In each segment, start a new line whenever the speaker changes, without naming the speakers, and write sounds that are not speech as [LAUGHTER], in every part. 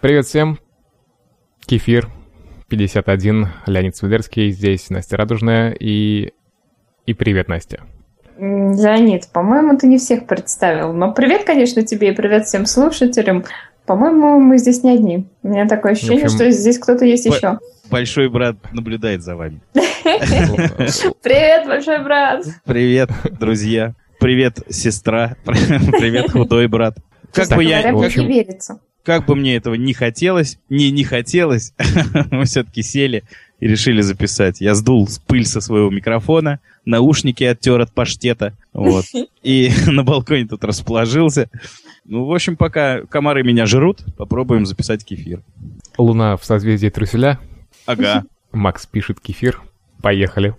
Привет всем. Кефир 51, Леонид Свидерский, здесь Настя Радужная и... И привет,
[LAUGHS]
Настя.
М, Леонид, по-моему, ты не всех представил. Но привет, конечно, тебе и привет всем слушателям. По-моему, мы здесь не одни. У меня такое ощущение,
общем,
что здесь кто-то есть
б-
еще.
Большой брат наблюдает за вами.
Привет, большой брат!
Привет, друзья. Привет, сестра. [LAUGHS] Привет, худой брат. Как
Честно
бы,
говоря,
я,
в
мне
общем-
не верится.
как бы мне этого не хотелось, не не хотелось, [LAUGHS] мы все-таки сели и решили записать. Я сдул с- пыль со своего микрофона, наушники оттер от паштета, вот. И [LAUGHS] на балконе тут расположился. Ну, в общем, пока комары меня жрут, попробуем записать кефир.
Луна в созвездии Труселя.
Ага.
Макс пишет кефир. Поехали.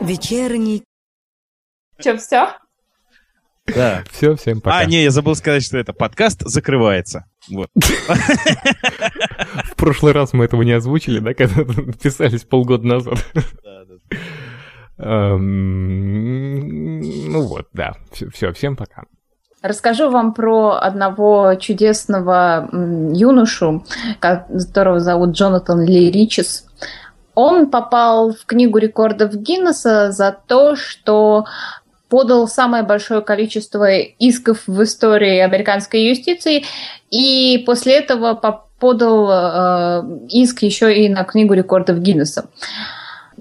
Вечерний
Че, все?
Да.
Все, всем пока.
А, не, я забыл сказать, что это подкаст закрывается. Вот.
В прошлый раз мы этого не озвучили, да, когда [LAUGHS] писались полгода назад. Эм, Ну вот, да. Все, всем пока.
Расскажу вам про одного чудесного м, юношу, которого зовут Джонатан Ли Ричес. Он попал в книгу рекордов Гиннесса за то, что подал самое большое количество исков в истории американской юстиции, и после этого по- подал э, иск еще и на книгу рекордов Гиннесса.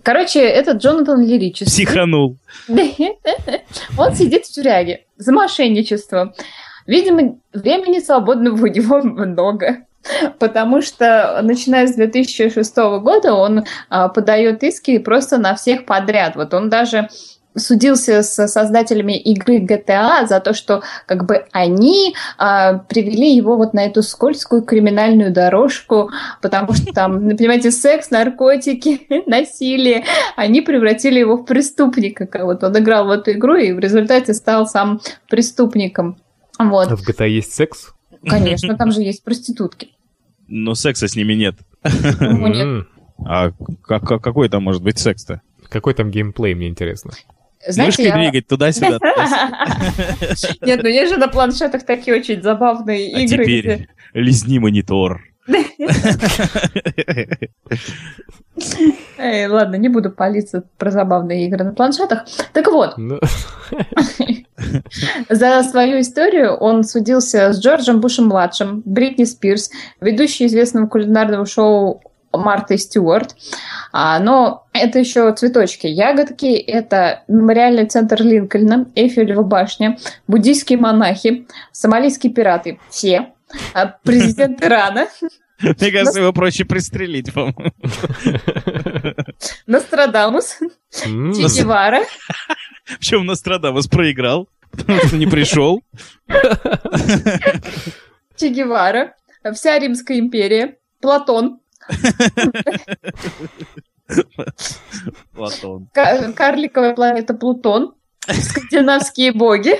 Короче, этот Джонатан Ли Ричес.
Психанул.
[LAUGHS] Он сидит в тюряге за мошенничество. Видимо, времени свободного у него [LAUGHS] много. Потому что, начиная с 2006 года, он а, подает иски просто на всех подряд. Вот он даже судился с создателями игры GTA за то, что как бы они а, привели его вот на эту скользкую криминальную дорожку, потому что там, [LAUGHS] ну, понимаете, секс, наркотики, [LAUGHS] насилие, они превратили его в преступника. Как Вот он играл в эту игру и в результате стал сам преступником.
А
Вот,
в GTA есть секс?
конечно, там же есть проститутки.
Но секса с ними нет.
Почему нет?
М,
А как, как- какой там может быть секс-то?
Какой там геймплей, мне интересно.
Знаете,
Мышкой
я-
двигать
[LAUGHS]
туда-сюда. А туда-сюда.
Нет, ну есть же на планшетах такие очень забавные
А
игры.
теперь лизни
[LAUGHS]
монитор.
где- Эй, ладно, не буду палиться про забавные игры на планшетах. Так вот,
Ну,
За свою историю он судился с Джорджем Бушем-младшим, Бритни Спирс, ведущей известного кулинарного шоу Марты Стюарт. А, но это еще цветочки. Ягодки – это мемориальный центр Линкольна, Эйфелева башня, буддийские монахи, сомалийские пираты. Все. А, Президент
[LAUGHS]
Ирана,
Мне
Ну
кажется, его проще пристрелить, по-моему.
Нострадамус,
м,
Че Гевара.
Причем Нострадамус проиграл, потому что не пришел.
Че Гевара, вся Римская империя, Платон,
Платон.
Ка- карликовая планета Плутон, скандинавские боги.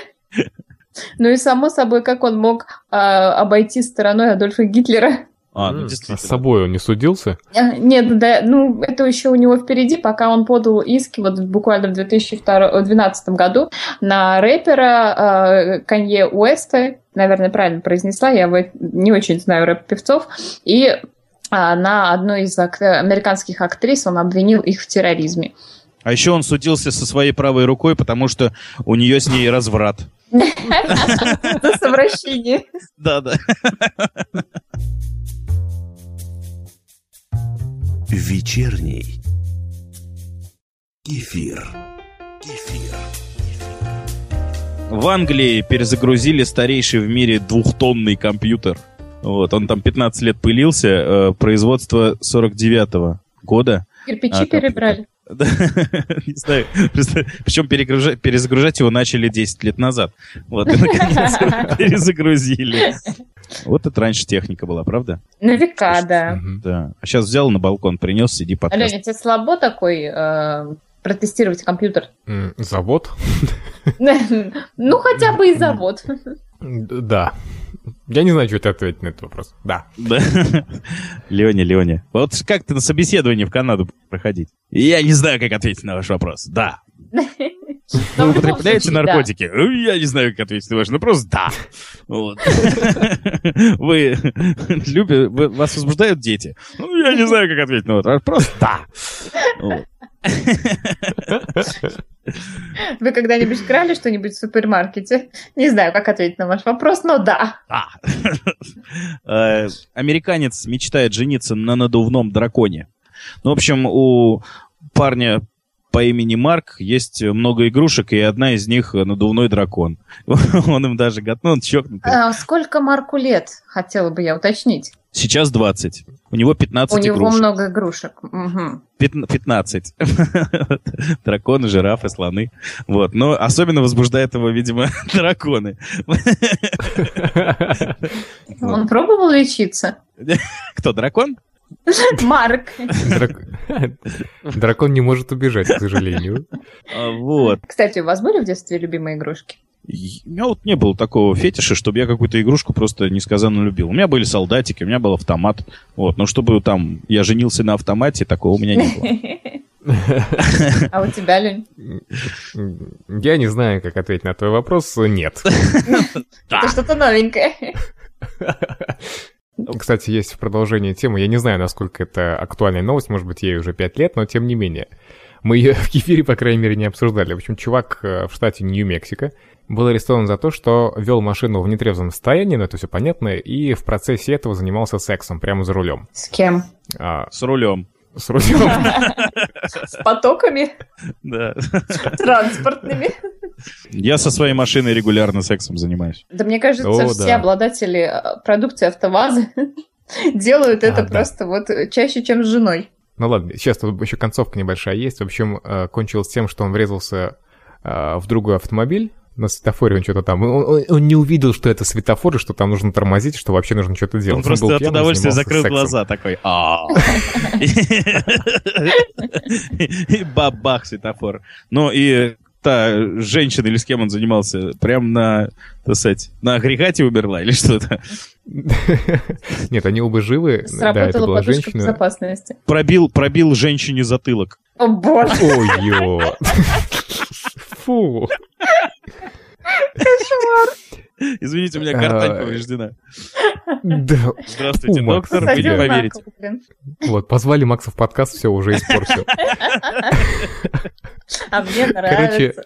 Ну и само собой, как он мог а, обойти стороной Адольфа Гитлера?
А, ну
м, а с
действительно.
собой он не судился?
А, Нет, да, ну это еще у него впереди, пока он подал иски вот буквально в 2012 э, году на рэпера э, Канье Уэста, наверное, правильно произнесла, я его не очень знаю рэп-певцов, и а, на одной из ак- американских актрис он обвинил их в терроризме.
А еще он судился со своей правой рукой, потому что у нее с ней разврат.
За совращение.
Да-да.
Вечерний кефир. Кефир.
В Англии перезагрузили старейший в мире двухтонный компьютер. Вот, он там 15 лет пылился, э, производство 49 года.
Кирпичи
А, как-
перебрали.
Да, Не знаю, просто- причем перегружа- перезагружать его начали 10 лет назад. Вот, и наконец его перезагрузили. Вот это раньше техника была, правда?
На века, да.
Мгм.
Да. А сейчас взял на балкон, принес, сиди подкаст.
Леня, тебе слабо такой э, протестировать компьютер? [LAUGHS]
М, Завод?
Ну, хотя бы и завод.
Д- Да. Я не знаю, что ты ответить на этот вопрос. Да.
Да. Леня, Леня. Вот как ты на собеседование в Канаду проходить? Я не знаю, как ответить на ваш вопрос. Да.
Но
Вы
в любом
ну, употребляете
случае, да.
наркотики? «Э, Я не знаю, как ответить на ваш вопрос. Да. Вот. [LAUGHS] Вы любите, вы- вас возбуждают дети? «Ну, Я не знаю, как ответить на этот вопрос. Да. Вот.
Вы когда-нибудь крали что-нибудь в супермаркете? [LAUGHS] Не знаю, как ответить на ваш вопрос, но да.
Да. А. Э, Американец мечтает жениться на надувном драконе. Ну, в общем, у парня по имени Марк есть много игрушек, и одна из них надувной дракон. [LAUGHS] Он им даже гад, ну, он чокнутый.
А сколько Марку лет, хотела бы я уточнить.
Сейчас 20. У него 15
У него
игрушек.
много игрушек. Мгм.
Пятн- 15. Драконы, жирафы, слоны. Вот. Но особенно возбуждает его, видимо, [LAUGHS] драконы.
Он пробовал лечиться? [LAUGHS]
Кто, дракон?
Марк.
Драк- [LAUGHS] Дракон не может убежать, к сожалению.
А, Вот.
Кстати, у вас были в детстве любимые игрушки?
И- У меня вот не было такого фетиша, чтобы я какую-то игрушку просто несказанно любил. У меня были солдатики, у меня был автомат. Вот. Но чтобы там я женился на автомате, такого у меня не было.
[LAUGHS] А у тебя, Лень?
Я не знаю, как ответить на твой вопрос. Нет.
Это что-то новенькое.
Кстати, есть в продолжении темы. Я не знаю, насколько это актуальная новость, может быть, ей уже 5 лет, но тем не менее. Мы ее [LAUGHS] в эфире, по крайней мере, не обсуждали. В общем, чувак э, в штате Нью-Мексико был арестован за то, что вел машину в нетрезвом состоянии, но это все понятно, и в процессе этого занимался сексом прямо за рулем.
С кем?
А,
С рулем.
с рулем.
С потоками
Да.
транспортными.
Я со своей машиной регулярно сексом занимаюсь.
Да мне кажется,
О,
все
да.
обладатели э, продукции АвтоВАЗа [LAUGHS] делают
А,
это
да.
просто вот чаще, чем с женой.
Ну ладно, сейчас тут еще концовка небольшая есть. В общем, э, кончилось тем, что он врезался э, в другой автомобиль. На светофоре он что-то там. Он, он- он не увидел, что это светофор, и что там нужно тормозить, что вообще нужно что-то делать.
Он просто
был
от
пьяным,
удовольствия
занимался
закрыл
сексом.
глаза такой. «А». И бабах светофор. Ну и та женщина или с кем он занимался, прям на, так сказать, на агрегате умерла или что-то.
[LAUGHS] Нет, они оба живы. Да, это
Сработала
была
подушка
женщина.
безопасности.
Пробил, пробил женщине затылок.
О боже,
Ой, ё.
[LAUGHS]
Фу.
Извините, у меня картань
А,
повреждена.
Да.
Здравствуйте,
ума
доктор, вы
посадил на
Посадил
не поверите.
Марку, блин.
Вот, позвали Макса в подкаст, все, уже испортил.
А мне
Короче,
нравится.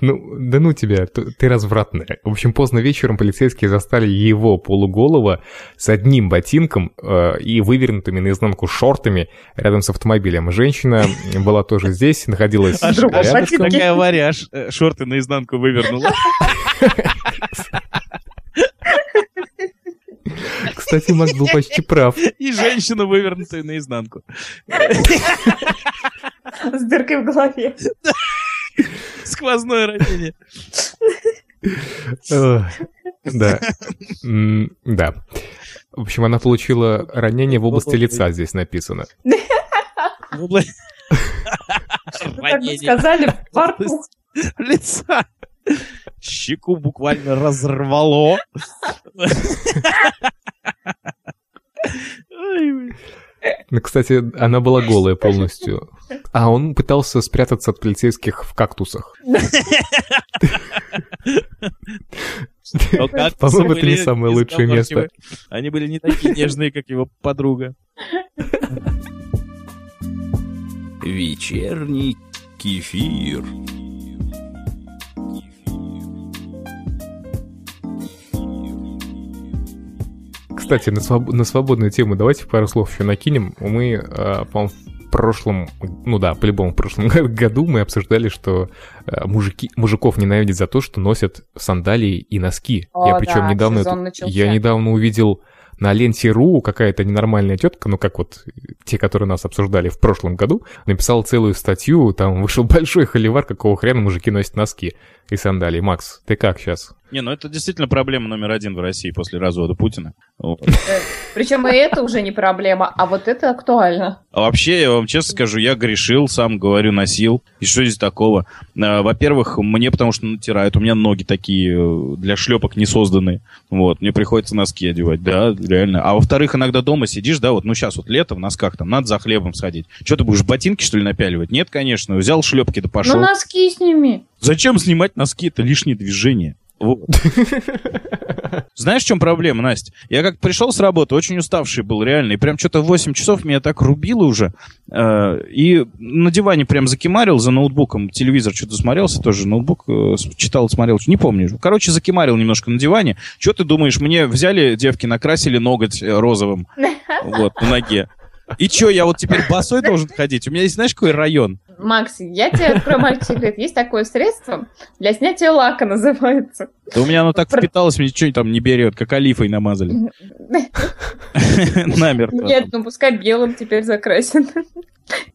Ну, да ну тебя, т- ты развратная. В общем, поздно вечером полицейские застали его полуголого с одним ботинком э, и вывернутыми наизнанку шортами рядом с автомобилем. Женщина была тоже здесь, находилась
А что,
рядышком.
ботинки?
Такая авария, аж э, шорты наизнанку
[LAUGHS]
вывернула.
Кстати, Макс был почти прав.
И женщина вывернутая наизнанку.
С дыркой в голове.
Сквозное ранение.
Эх, Э, Да. М, Да. В общем, она получила ранение в области лица, здесь написано.
В обла-
Как бы
Ранение
сказали, в арку.
лица. Щеку буквально разорвало. Ой, блин.
Ну, Кстати, она была голая полностью. А он пытался спрятаться от полицейских в кактусах.
Но как
По-моему, это не
были
самое лучшее место.
несговорчивы. Они были не такие нежные, как его подруга.
Вечерний кефир.
Кстати, на, своб- на свободную тему давайте пару слов еще накинем. Мы, э, по-моему, в прошлом, ну да, по-любому в прошлом г- году мы обсуждали, что э, мужики, мужиков ненавидят за то, что носят сандалии и носки.
О,
я причем
да,
недавно,
сезон
это-
начался.
я недавно увидел на ленте РУ какая-то ненормальная тетка, ну как вот те, которые нас обсуждали в прошлом году, написала целую [LAUGHS] статью, там вышел большой холивар, какого хрена мужики носят носки и сандалии. Макс, ты как сейчас?
Не, ну это действительно проблема номер один в России после развода Путина. Вот.
Причем и это уже не проблема, а вот это актуально.
А вообще, я вам честно скажу, я грешил, сам говорю, носил. И что здесь такого? А, Во-первых, мне потому что натирают, у меня ноги такие э, для шлепок не созданы. Вот, мне приходится носки одевать, да, реально. А во-вторых, иногда дома сидишь, да, вот, ну сейчас вот лето в носках, там надо за хлебом сходить. Что ты будешь ботинки, что ли, напяливать? Нет, конечно, взял шлепки, да пошел.
Ну носки сними.
Зачем снимать носки? Это лишнее движение. Вот. Знаешь, в чем проблема, Настя? Я как пришел с работы, очень уставший был, реально. И прям что-то в 8 часов меня так рубило уже. Э, И на диване прям закимарил за ноутбуком. Телевизор что-то смотрелся тоже. Ноутбук э, с- читал, смотрел. Не помню. Короче, закимарил немножко на диване. Что ты думаешь? Мне взяли девки, накрасили ноготь э, розовым. Вот, на ноге. И что, я вот теперь босой должен ходить? У меня есть, знаешь, какой район?
Макс, я тебе открою маленький секрет. Есть такое средство для снятия лака, называется.
Да у меня оно так впиталось, мне ничего там не берет, как
[LAUGHS]
олифой намазали. Намертво.
Нет, ну пускай белым теперь закрасят.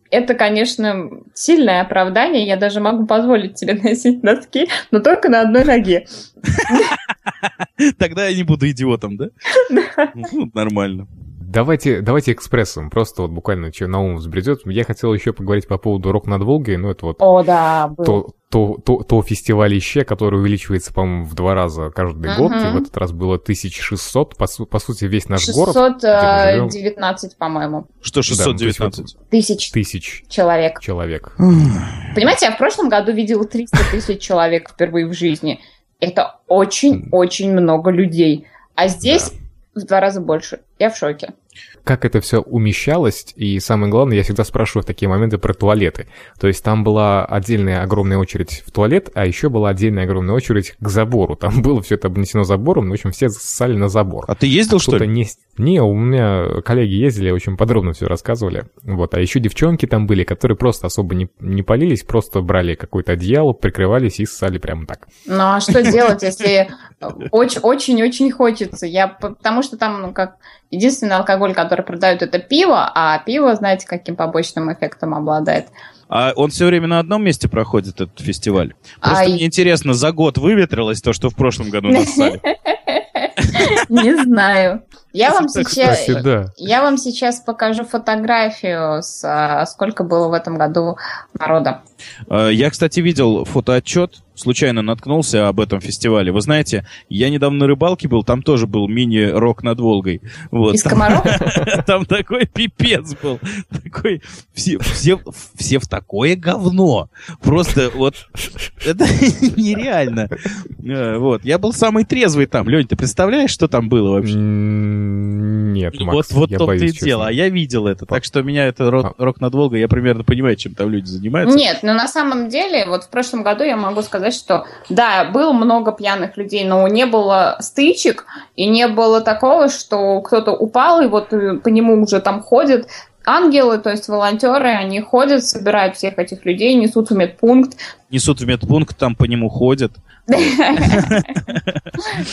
Это, конечно, сильное оправдание. Я даже могу позволить тебе носить носки, но только на одной ноге.
Тогда я не буду идиотом, да?
Да.
Ну, Нормально.
Давайте, давайте экспрессом, просто вот буквально что на ум взбредет. Я хотел еще поговорить по поводу «Рок над Волгой», ну это вот
О, да, был.
то, то, то, то фестивалище, которое увеличивается, по-моему, в два раза каждый год, и
Мгм.
в этот раз было 1600, по, су- по сути, весь наш город
619, по-моему,
Да, ну, то
Что 619?
тысяч
тысяч
человек.
человек.
Понимаете, я в прошлом году видела 300 тысяч человек впервые в жизни. Это очень-очень много людей. А здесь в два раза больше. Я в шоке.
Как это все умещалось, и самое главное, я всегда спрашиваю в такие моменты про туалеты. То есть там была отдельная огромная очередь в туалет, а еще была отдельная огромная очередь к забору. Там [LAUGHS] было все это обнесено забором, ну, в общем, все ссали на забор.
А ты ездил, что
Кто-то
ли?
не... с- Не, у меня коллеги ездили, очень подробно все рассказывали. Вот, а еще девчонки там были, которые просто особо не, не полились, просто брали какое-то одеяло, прикрывались и ссали прямо так.
Ну а что делать, если очень-очень-очень хочется? Я, п- потому что там, ну, как единственный алкоголь, который продают, это пиво, а пиво, знаете, каким побочным эффектом обладает.
А он все время на одном месте проходит, этот фестиваль. Просто
Ай.
мне интересно, за год выветрилось то, что в
[LAUGHS]
прошлом году нассали?
Не знаю. Я э, вам
Так,
сейчас.
Кстати, да.
Я вам сейчас покажу фотографию, с, а, сколько было в этом году народа.
Э, Я, кстати, видел фотоотчет, случайно наткнулся об этом фестивале. Вы знаете, я недавно на рыбалке был, там тоже был мини-рок над Волгой. Вот,
Из
там- [LAUGHS]
комаров?
Там такой пипец был. Такой, все, все, все в такое говно. Просто вот это [LAUGHS] нереально. Э, Вот. Я был самый трезвый там. Лень, ты представляешь, что там было вообще?
М, Нет,
Ну,
Макс,
вот вот
я
то
боюсь,
и
честно.
дело. А я видел это. Так что меня это рок, рок над Волгой, я примерно понимаю, чем там люди занимаются.
Нет, но на самом деле, вот в прошлом году я могу сказать, что да, было много пьяных людей, но не было стычек, и не было такого, что кто-то упал, и вот э, по нему уже там ходят ангелы, то есть волонтеры, они ходят, собирают всех этих людей, несут в медпункт.
[LAUGHS] Несут в медпункт, там по нему ходят. [LAUGHS]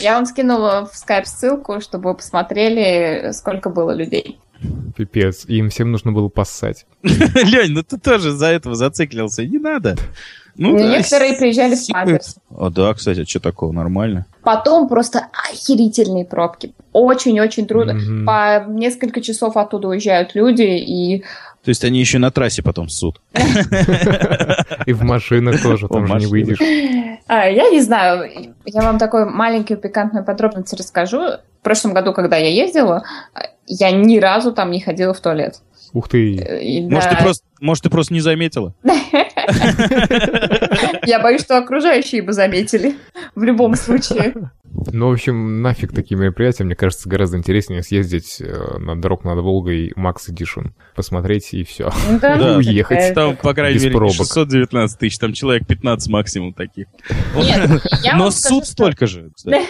Я вам скинула в скайп ссылку, чтобы вы посмотрели, сколько было людей.
Пипец, им всем нужно было поссать.
Лень, ну ты тоже за этого зациклился. Не надо. Ну, да,
Некоторые приезжали в
сикают.
памперс.
А да, кстати, а что такого? Нормально.
Потом просто охерительные пробки. Очень-очень трудно.
Мгм.
По несколько часов оттуда уезжают люди, и
То есть они еще и на трассе потом ссут.
И в [LAUGHS] машинах тоже,
О,
там же не
машины.
выйдешь.
а, я не знаю, я вам такую маленькую пикантную подробность расскажу. В прошлом году, когда я ездила, а, я ни разу там не ходила в туалет.
Ух ты.
Э, и
Может, ты
да,
просто, может, ты просто не заметила?
Я боюсь, что окружающие бы заметили. В любом
[LAUGHS]
случае.
Ну, в общем, нафиг такие мероприятия. Мне кажется, гораздо интереснее съездить э, на дорог над Волгой Макс Эдишн. Посмотреть и [LAUGHS] все.
Да.
Э,
Уехать.
Там, по крайней
Без
мере, не
пробок.
619 тысяч, там человек 15 максимум таких.
Нет, я
Но
вам скажу,
суд
что-
столько же, кстати.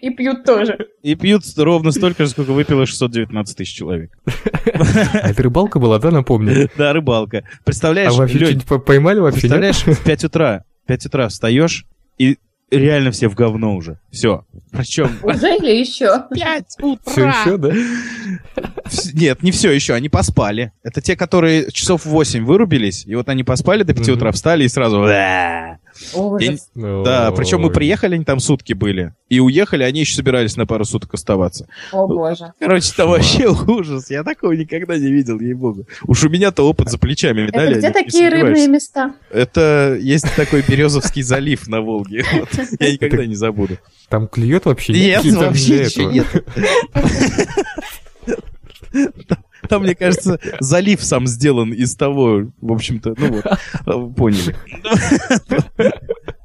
И пьют тоже.
И пьют ровно столько же, сколько выпило 619 тысяч человек.
[LAUGHS] А это рыбалка была, да, напомню?
Да, рыбалка.
А
Представляешь,
вообще
Лёнь,
что-нибудь по- поймали вообще, нет?
представляешь, в 5 утра, в 5 утра встаешь, и реально все в говно уже. Все. Причем... [LAUGHS]
Уже или еще?
5 утра!
Все еще, да?
Вс- Нет, не все еще, они поспали. Это те, которые часов в 8 вырубились, и вот они поспали до 5
Мгм.
утра, встали и сразу... «Бэ».
Ужас.
Да, причем мы
Ну, Ой.
приехали, они там сутки были. И уехали, они еще собирались на пару суток оставаться.
О, боже.
Короче, там вообще ужас. Я такого никогда не видел, ей-богу. Уж у меня-то опыт за плечами.
Это
Видали?
где
Не
такие
сомневаюсь.
рыбные места?
Это есть такой Березовский залив на Волге.
[LAUGHS]
Вот. Я никогда не забуду.
Там клюет вообще?
Нет,
Или там
вообще
для
ничего
этого?
нет. Там- Там, мне кажется, залив сам сделан из того, в общем-то, ну вот, поняли.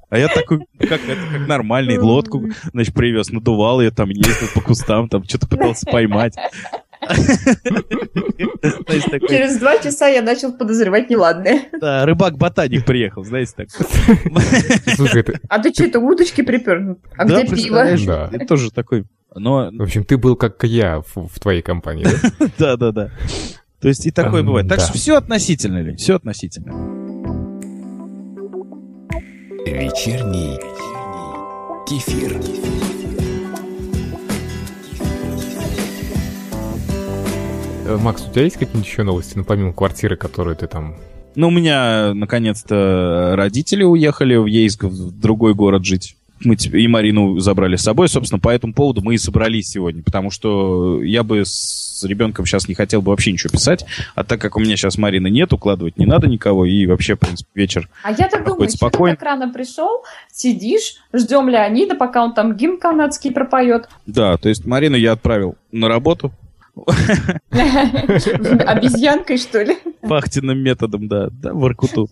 А я такой, как, это, как нормальный, лодку, значит, привез, надувал ее, там ездил по кустам, там что-то пытался поймать. Знаете, такой,
Через два часа я начал подозревать неладное.
да, рыбак-ботаник приехал, знаете, так.
Слушай, это...
А ты что, это удочки припер? А
Да,
где пиво?
представляешь,
Да.
это Тоже такой, но
В общем, ты был как я в, в твоей компании, да?
Да, да, да. То есть и такое
Эм,
бывает. Так
да.
что все относительно, Лень, все относительно.
Вечерний кефир.
Э, Макс, у тебя есть какие-нибудь еще новости? Ну, помимо квартиры, которую ты там...
Ну, у меня, наконец-то, э, родители уехали в Ейск, в другой город жить. Мы теп- и Марину забрали с собой, собственно, по этому поводу мы и собрались сегодня, потому что я бы с ребенком сейчас не хотел бы вообще ничего писать, а так как у меня сейчас Марины нет, укладывать не надо никого, и вообще, в принципе, вечер.
А я так
Какой
думаю, что ты
спокойный.
так рано пришел, сидишь, ждем Леонида, пока он там гимн канадский пропоет.
Да, то есть Марину я отправил на работу,
[LAUGHS] Обезьянкой, что ли?
[LAUGHS] вахтенным методом, да, да, в Иркуту.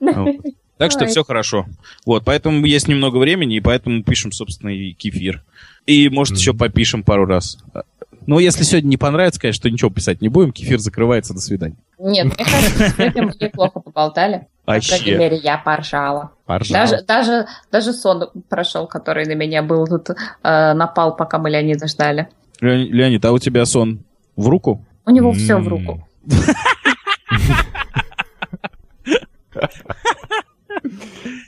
Вот. Так что
Ой.
все хорошо. Вот, поэтому есть немного времени, и поэтому пишем, собственно, и кефир. И, может,
Мгм.
еще попишем пару раз. Но если сегодня не понравится, конечно, то ничего писать не будем. Кефир закрывается, до свидания.
Нет, мне кажется, с этим неплохо поболтали. По крайней
Вообще.
мере, я поржала.
Поржал.
Даже, даже, даже сон прошел, который на меня был тут э, напал, пока мы Леонида ждали.
Ле- Леонид, а у тебя сон в руку?
У него все
М.
в руку. [LAUGHS]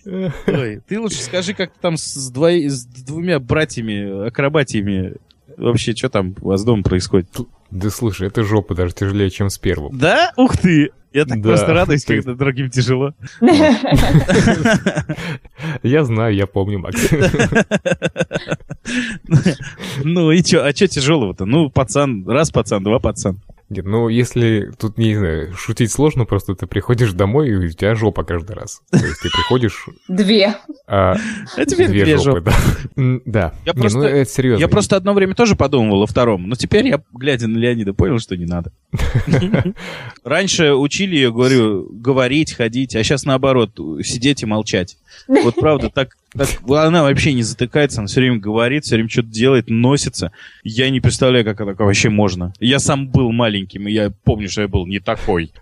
Ой, ты лучше скажи, как ты там с, с двои- с двумя братьями, акробатиями, вообще, что там у вас дома происходит?
Да слушай, это жопа даже тяжелее, чем с первым.
Да? Ух ты! Я так
Да.
просто радуюсь,
Ты-
когда другим тяжело.
Я знаю, я помню, Макс.
[LAUGHS] Ну и чё, а чё тяжелого-то? Ну, пацан, раз пацан, два пацан.
Нет, ну, если тут, не знаю, шутить сложно, просто ты приходишь домой, и у тебя жопа каждый раз. То есть ты приходишь,
Две.
а
А теперь
две
две
жопы,
жопы.
да. М, Да.
Я
Не,
просто-
ну, это серьезно.
Я просто одно время тоже подумывал о втором, но теперь я, глядя на Леонида, понял, что
[LAUGHS]
не надо. Раньше учили ее, говорю, говорить, ходить, а сейчас наоборот, сидеть и молчать. Вот правда, так, так она вообще не затыкается, она все время говорит, все время что-то делает, носится. Я не представляю, как это вообще можно. Я сам был маленьким, и я помню, что я был
[LAUGHS]
не такой.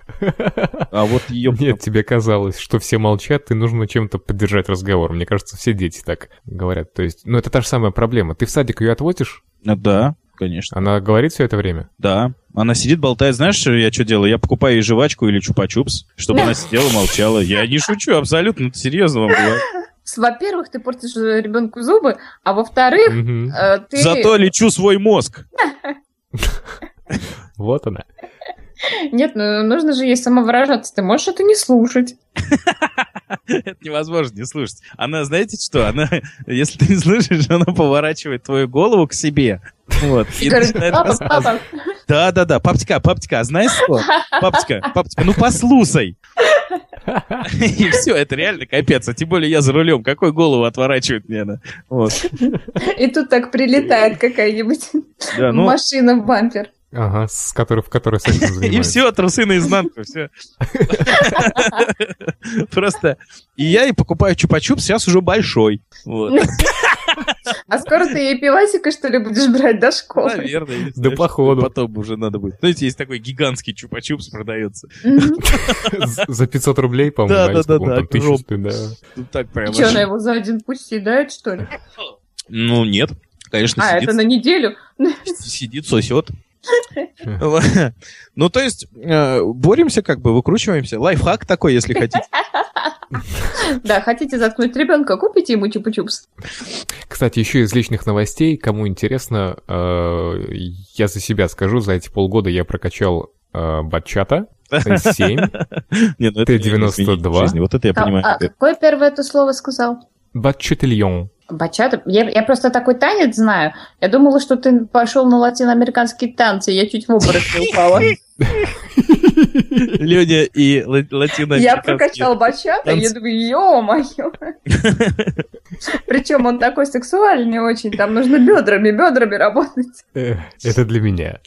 А вот ее...
Нет, тебе казалось, что все молчат, и нужно чем-то поддержать разговор. Мне кажется, все дети так говорят. То есть, ну, это та же самая проблема. Ты в садик ее отводишь,
Да, конечно.
она говорит все это время.
Да. Она сидит, болтает. Знаешь, что я что делаю? Я покупаю ей жвачку или чупа-чупс, чтобы она сидела, молчала. Я не шучу, абсолютно. Серьезно вам говорю.
С- Во-первых, ты портишь ребенку зубы, а во-вторых,
Мгм.
э, [LAUGHS] ты...
Зато лечу свой мозг. [LAUGHS]
Вот она.
Нет, ну нужно же ей самовыражаться. Ты можешь это не слушать.
Это невозможно не слушать. Она, знаете что? Она, [LAUGHS] если ты не слышишь, она поворачивает твою голову к себе. Вот. И
И говорит,
начинает
папа,
рассказывать.
папа,
Да, да, да. Паптика, паптика, а знаешь что? Паптика, паптика, ну послушай. [LAUGHS] И все, это реально капец. А тем более я за рулем. Какой голову отворачивает мне она? Вот.
И тут так прилетает какая-нибудь
Да, ну,
машина в бампер.
Ага, с которой, в которой [LAUGHS] сексом
И
занимается.
все, трусы наизнанку, все. [LAUGHS] Просто. И я и покупаю чупа-чуп, сейчас уже большой. Вот.
А скоро ты ей пивасика, что ли, будешь брать до школы?
Наверное. не
Да
знаю,
походу.
Потом уже надо будет. Знаете, есть такой гигантский чупа-чупс продается.
Мгм.
[LAUGHS] З- За 500 рублей, по-моему,
Да,
да,
да,
или сколько
да,
он
да,
там, тысячу,
огромный.
что ли, да.
Ну, так прям.
Че, она
вообще.
его за один пусть съедает, что ли?
Ну, нет. Конечно,
А,
сидит,
это на неделю?
сидит, [LAUGHS] сосет. Ну, то есть, э, боремся, как бы, выкручиваемся. Лайфхак такой,
[LAUGHS]
если хотите.
Да, хотите заткнуть ребенка, купите ему чупа-чупс.
Кстати, еще из личных новостей, кому интересно, э, [LAUGHS] я за себя скажу, за эти полгода я прокачал э, батчата 7,
Нет, ну это
Т-92.
реально изменение в жизни. Вот это я
А-
понимаю.
а какое первое это слово сказал?
Батчетильон.
Бачата? Я, я просто такой танец знаю. Я думала, что ты пошел на латиноамериканские танцы, я чуть в обморок не упала.
Люди и ла- латиноамериканские.
Я прокачала бачата, и я
танцы.
думаю,
[LAUGHS]
ё-моё. Причем он такой сексуальный очень, там нужно бедрами, бедрами работать. [LAUGHS]
Э, Это для меня.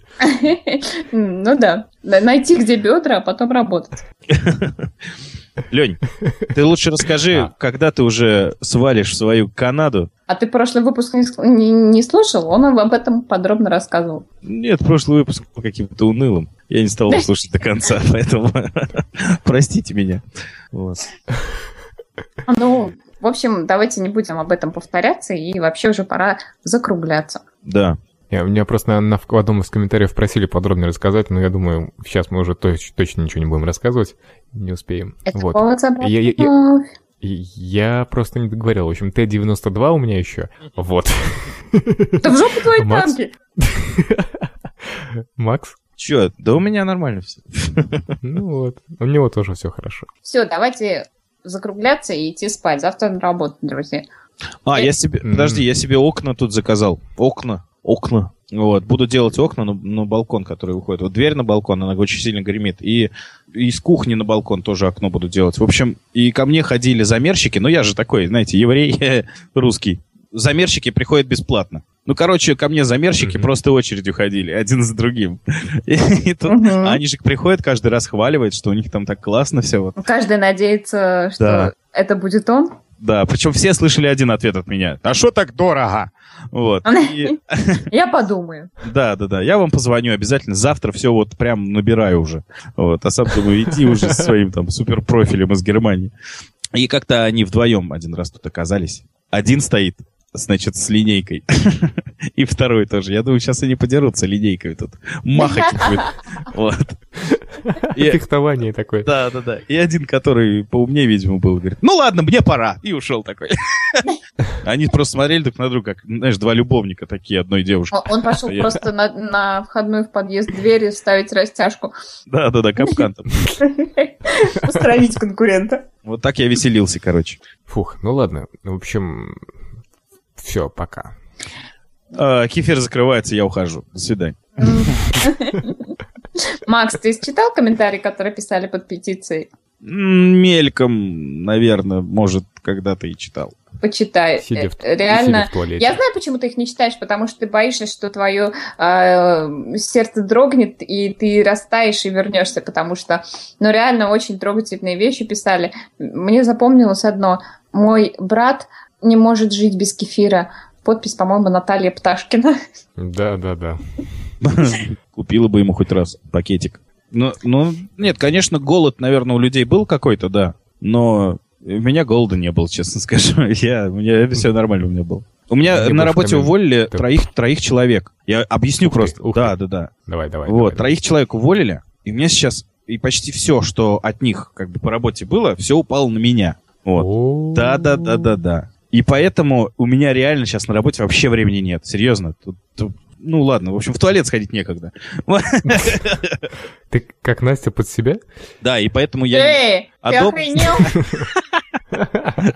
М, Ну да, На- найти где бедра, а потом работать.
Лень, ты лучше расскажи,
А.
когда ты уже свалишь в свою Канаду.
А ты прошлый выпуск не ск- не не слушал? Он вам об этом подробно рассказывал.
Нет, прошлый выпуск был каким-то унылым. Я не стал его слушать до конца, [LAUGHS] поэтому простите меня. Вот.
Ну, в общем, давайте не будем об этом повторяться, и вообще уже пора закругляться.
Да.
Я- Меня просто на, на, в одном из комментариев просили подробнее рассказать, но я думаю, сейчас мы уже точ- точно ничего не будем рассказывать. Не успеем.
Это
вот.
повод забрать
Я- я- я-
вновь.
И Я просто не договорил. В общем, Т-92 у меня еще. Вот. [LAUGHS]
Да в жопу твои
Макс?
танки!
Макс?
Че, да у меня нормально все.
Ну вот. У него тоже все хорошо.
Все, давайте закругляться и идти спать. Завтра на работу, друзья.
А, я себе...
Э, М.
Подожди, я себе окна тут заказал. Окна. Окна. Вот, буду делать окна на, на балкон, который выходит. Вот дверь на балкон, она очень сильно гремит. И и из кухни на балкон тоже окно буду делать. В общем, и ко мне ходили замерщики. Ну, я же такой, знаете, еврей, [LAUGHS] русский. Замерщики приходят бесплатно. Ну, короче, ко мне замерщики
Мгм.
просто очередью ходили, один за другим. [LAUGHS] И, и тут-
Мгм.
а они же приходят, каждый раз хваливают, что у них там так классно все. Вот.
Каждый надеется, что
Да.
это будет он.
Да, причем все слышали один ответ от меня. А что так дорого?
[LAUGHS]
Вот. И-
Я подумаю.
да, да, да. Я вам позвоню обязательно. Завтра все вот прям набираю уже. Вот. А сам думаю, иди уже со своим там суперпрофилем из Германии. И как-то они вдвоем один раз тут оказались. Один стоит, значит, с линейкой. [LAUGHS] И второй тоже. Я думаю, сейчас они подерутся линейкой тут. Махать будет. Вот. Я-
Фехтование такое.
Да, да, да. И один, который поумнее, видимо, был, говорит, ну ладно, мне пора. И ушел такой. [LAUGHS] Они просто смотрели друг на друга, как, знаешь, два любовника такие одной девушки.
Он- Он пошел
Я-
просто на, на входную в подъезд двери ставить растяжку.
Да, да, да, капкан там.
Устранить конкурента.
Вот так я веселился, короче.
Фух, ну ладно. В общем, все, пока.
А, Кефир закрывается, я ухожу. До свидания.
М. Макс, ты читал комментарии, которые писали под петицией?
М, Мельком, наверное, может, когда-то и читал.
Почитай.
Сидя в,
Э, Реально,
сидя в туалете.
Я знаю, почему ты их не читаешь, потому что ты боишься, что твое э, сердце дрогнет, и ты растаешь и вернешься, потому что, ну, реально очень трогательные вещи писали. Мне запомнилось одно. Мой брат не может жить без кефира. Подпись, по-моему, Наталья Пташкина.
Да, да, да.
Купила бы ему хоть раз пакетик. Ну, ну, нет, конечно, голод, наверное, у людей был какой-то, да. Но у меня голода не было, честно скажу. [LAUGHS] Я, у меня все нормально у меня было. У меня
Мне
на
больше
работе
коммен-
уволили
Так.
троих, троих человек. Я объясню
Ух ты,
просто.
ух
да,
ты.
да, да.
Давай, давай.
Вот,
давай,
троих человек уволили, и у меня сейчас и почти все, что от них как бы по работе было, все упало на меня. Вот.
О.
Да, да, да, да, да. И поэтому у меня реально сейчас на работе вообще времени нет. Серьезно. Тут, тут- ну ладно, в общем, в туалет сходить некогда.
Ты как Настя под себя?
Да, и поэтому я...
Эй,
а
ты
дом-
охренел?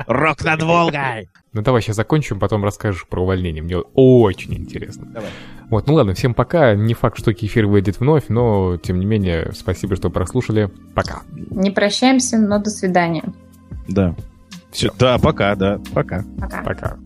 Рок над Волгой!
Ну давай сейчас закончим, потом расскажешь про увольнение. Мне очень интересно.
Давай.
Вот, ну ладно, всем пока. Не факт, что кефир выйдет вновь, но тем не менее, спасибо, что прослушали. Пока.
Не прощаемся, но до свидания.
Да. Все, да, пока, да, пока.
Пока.
Пока.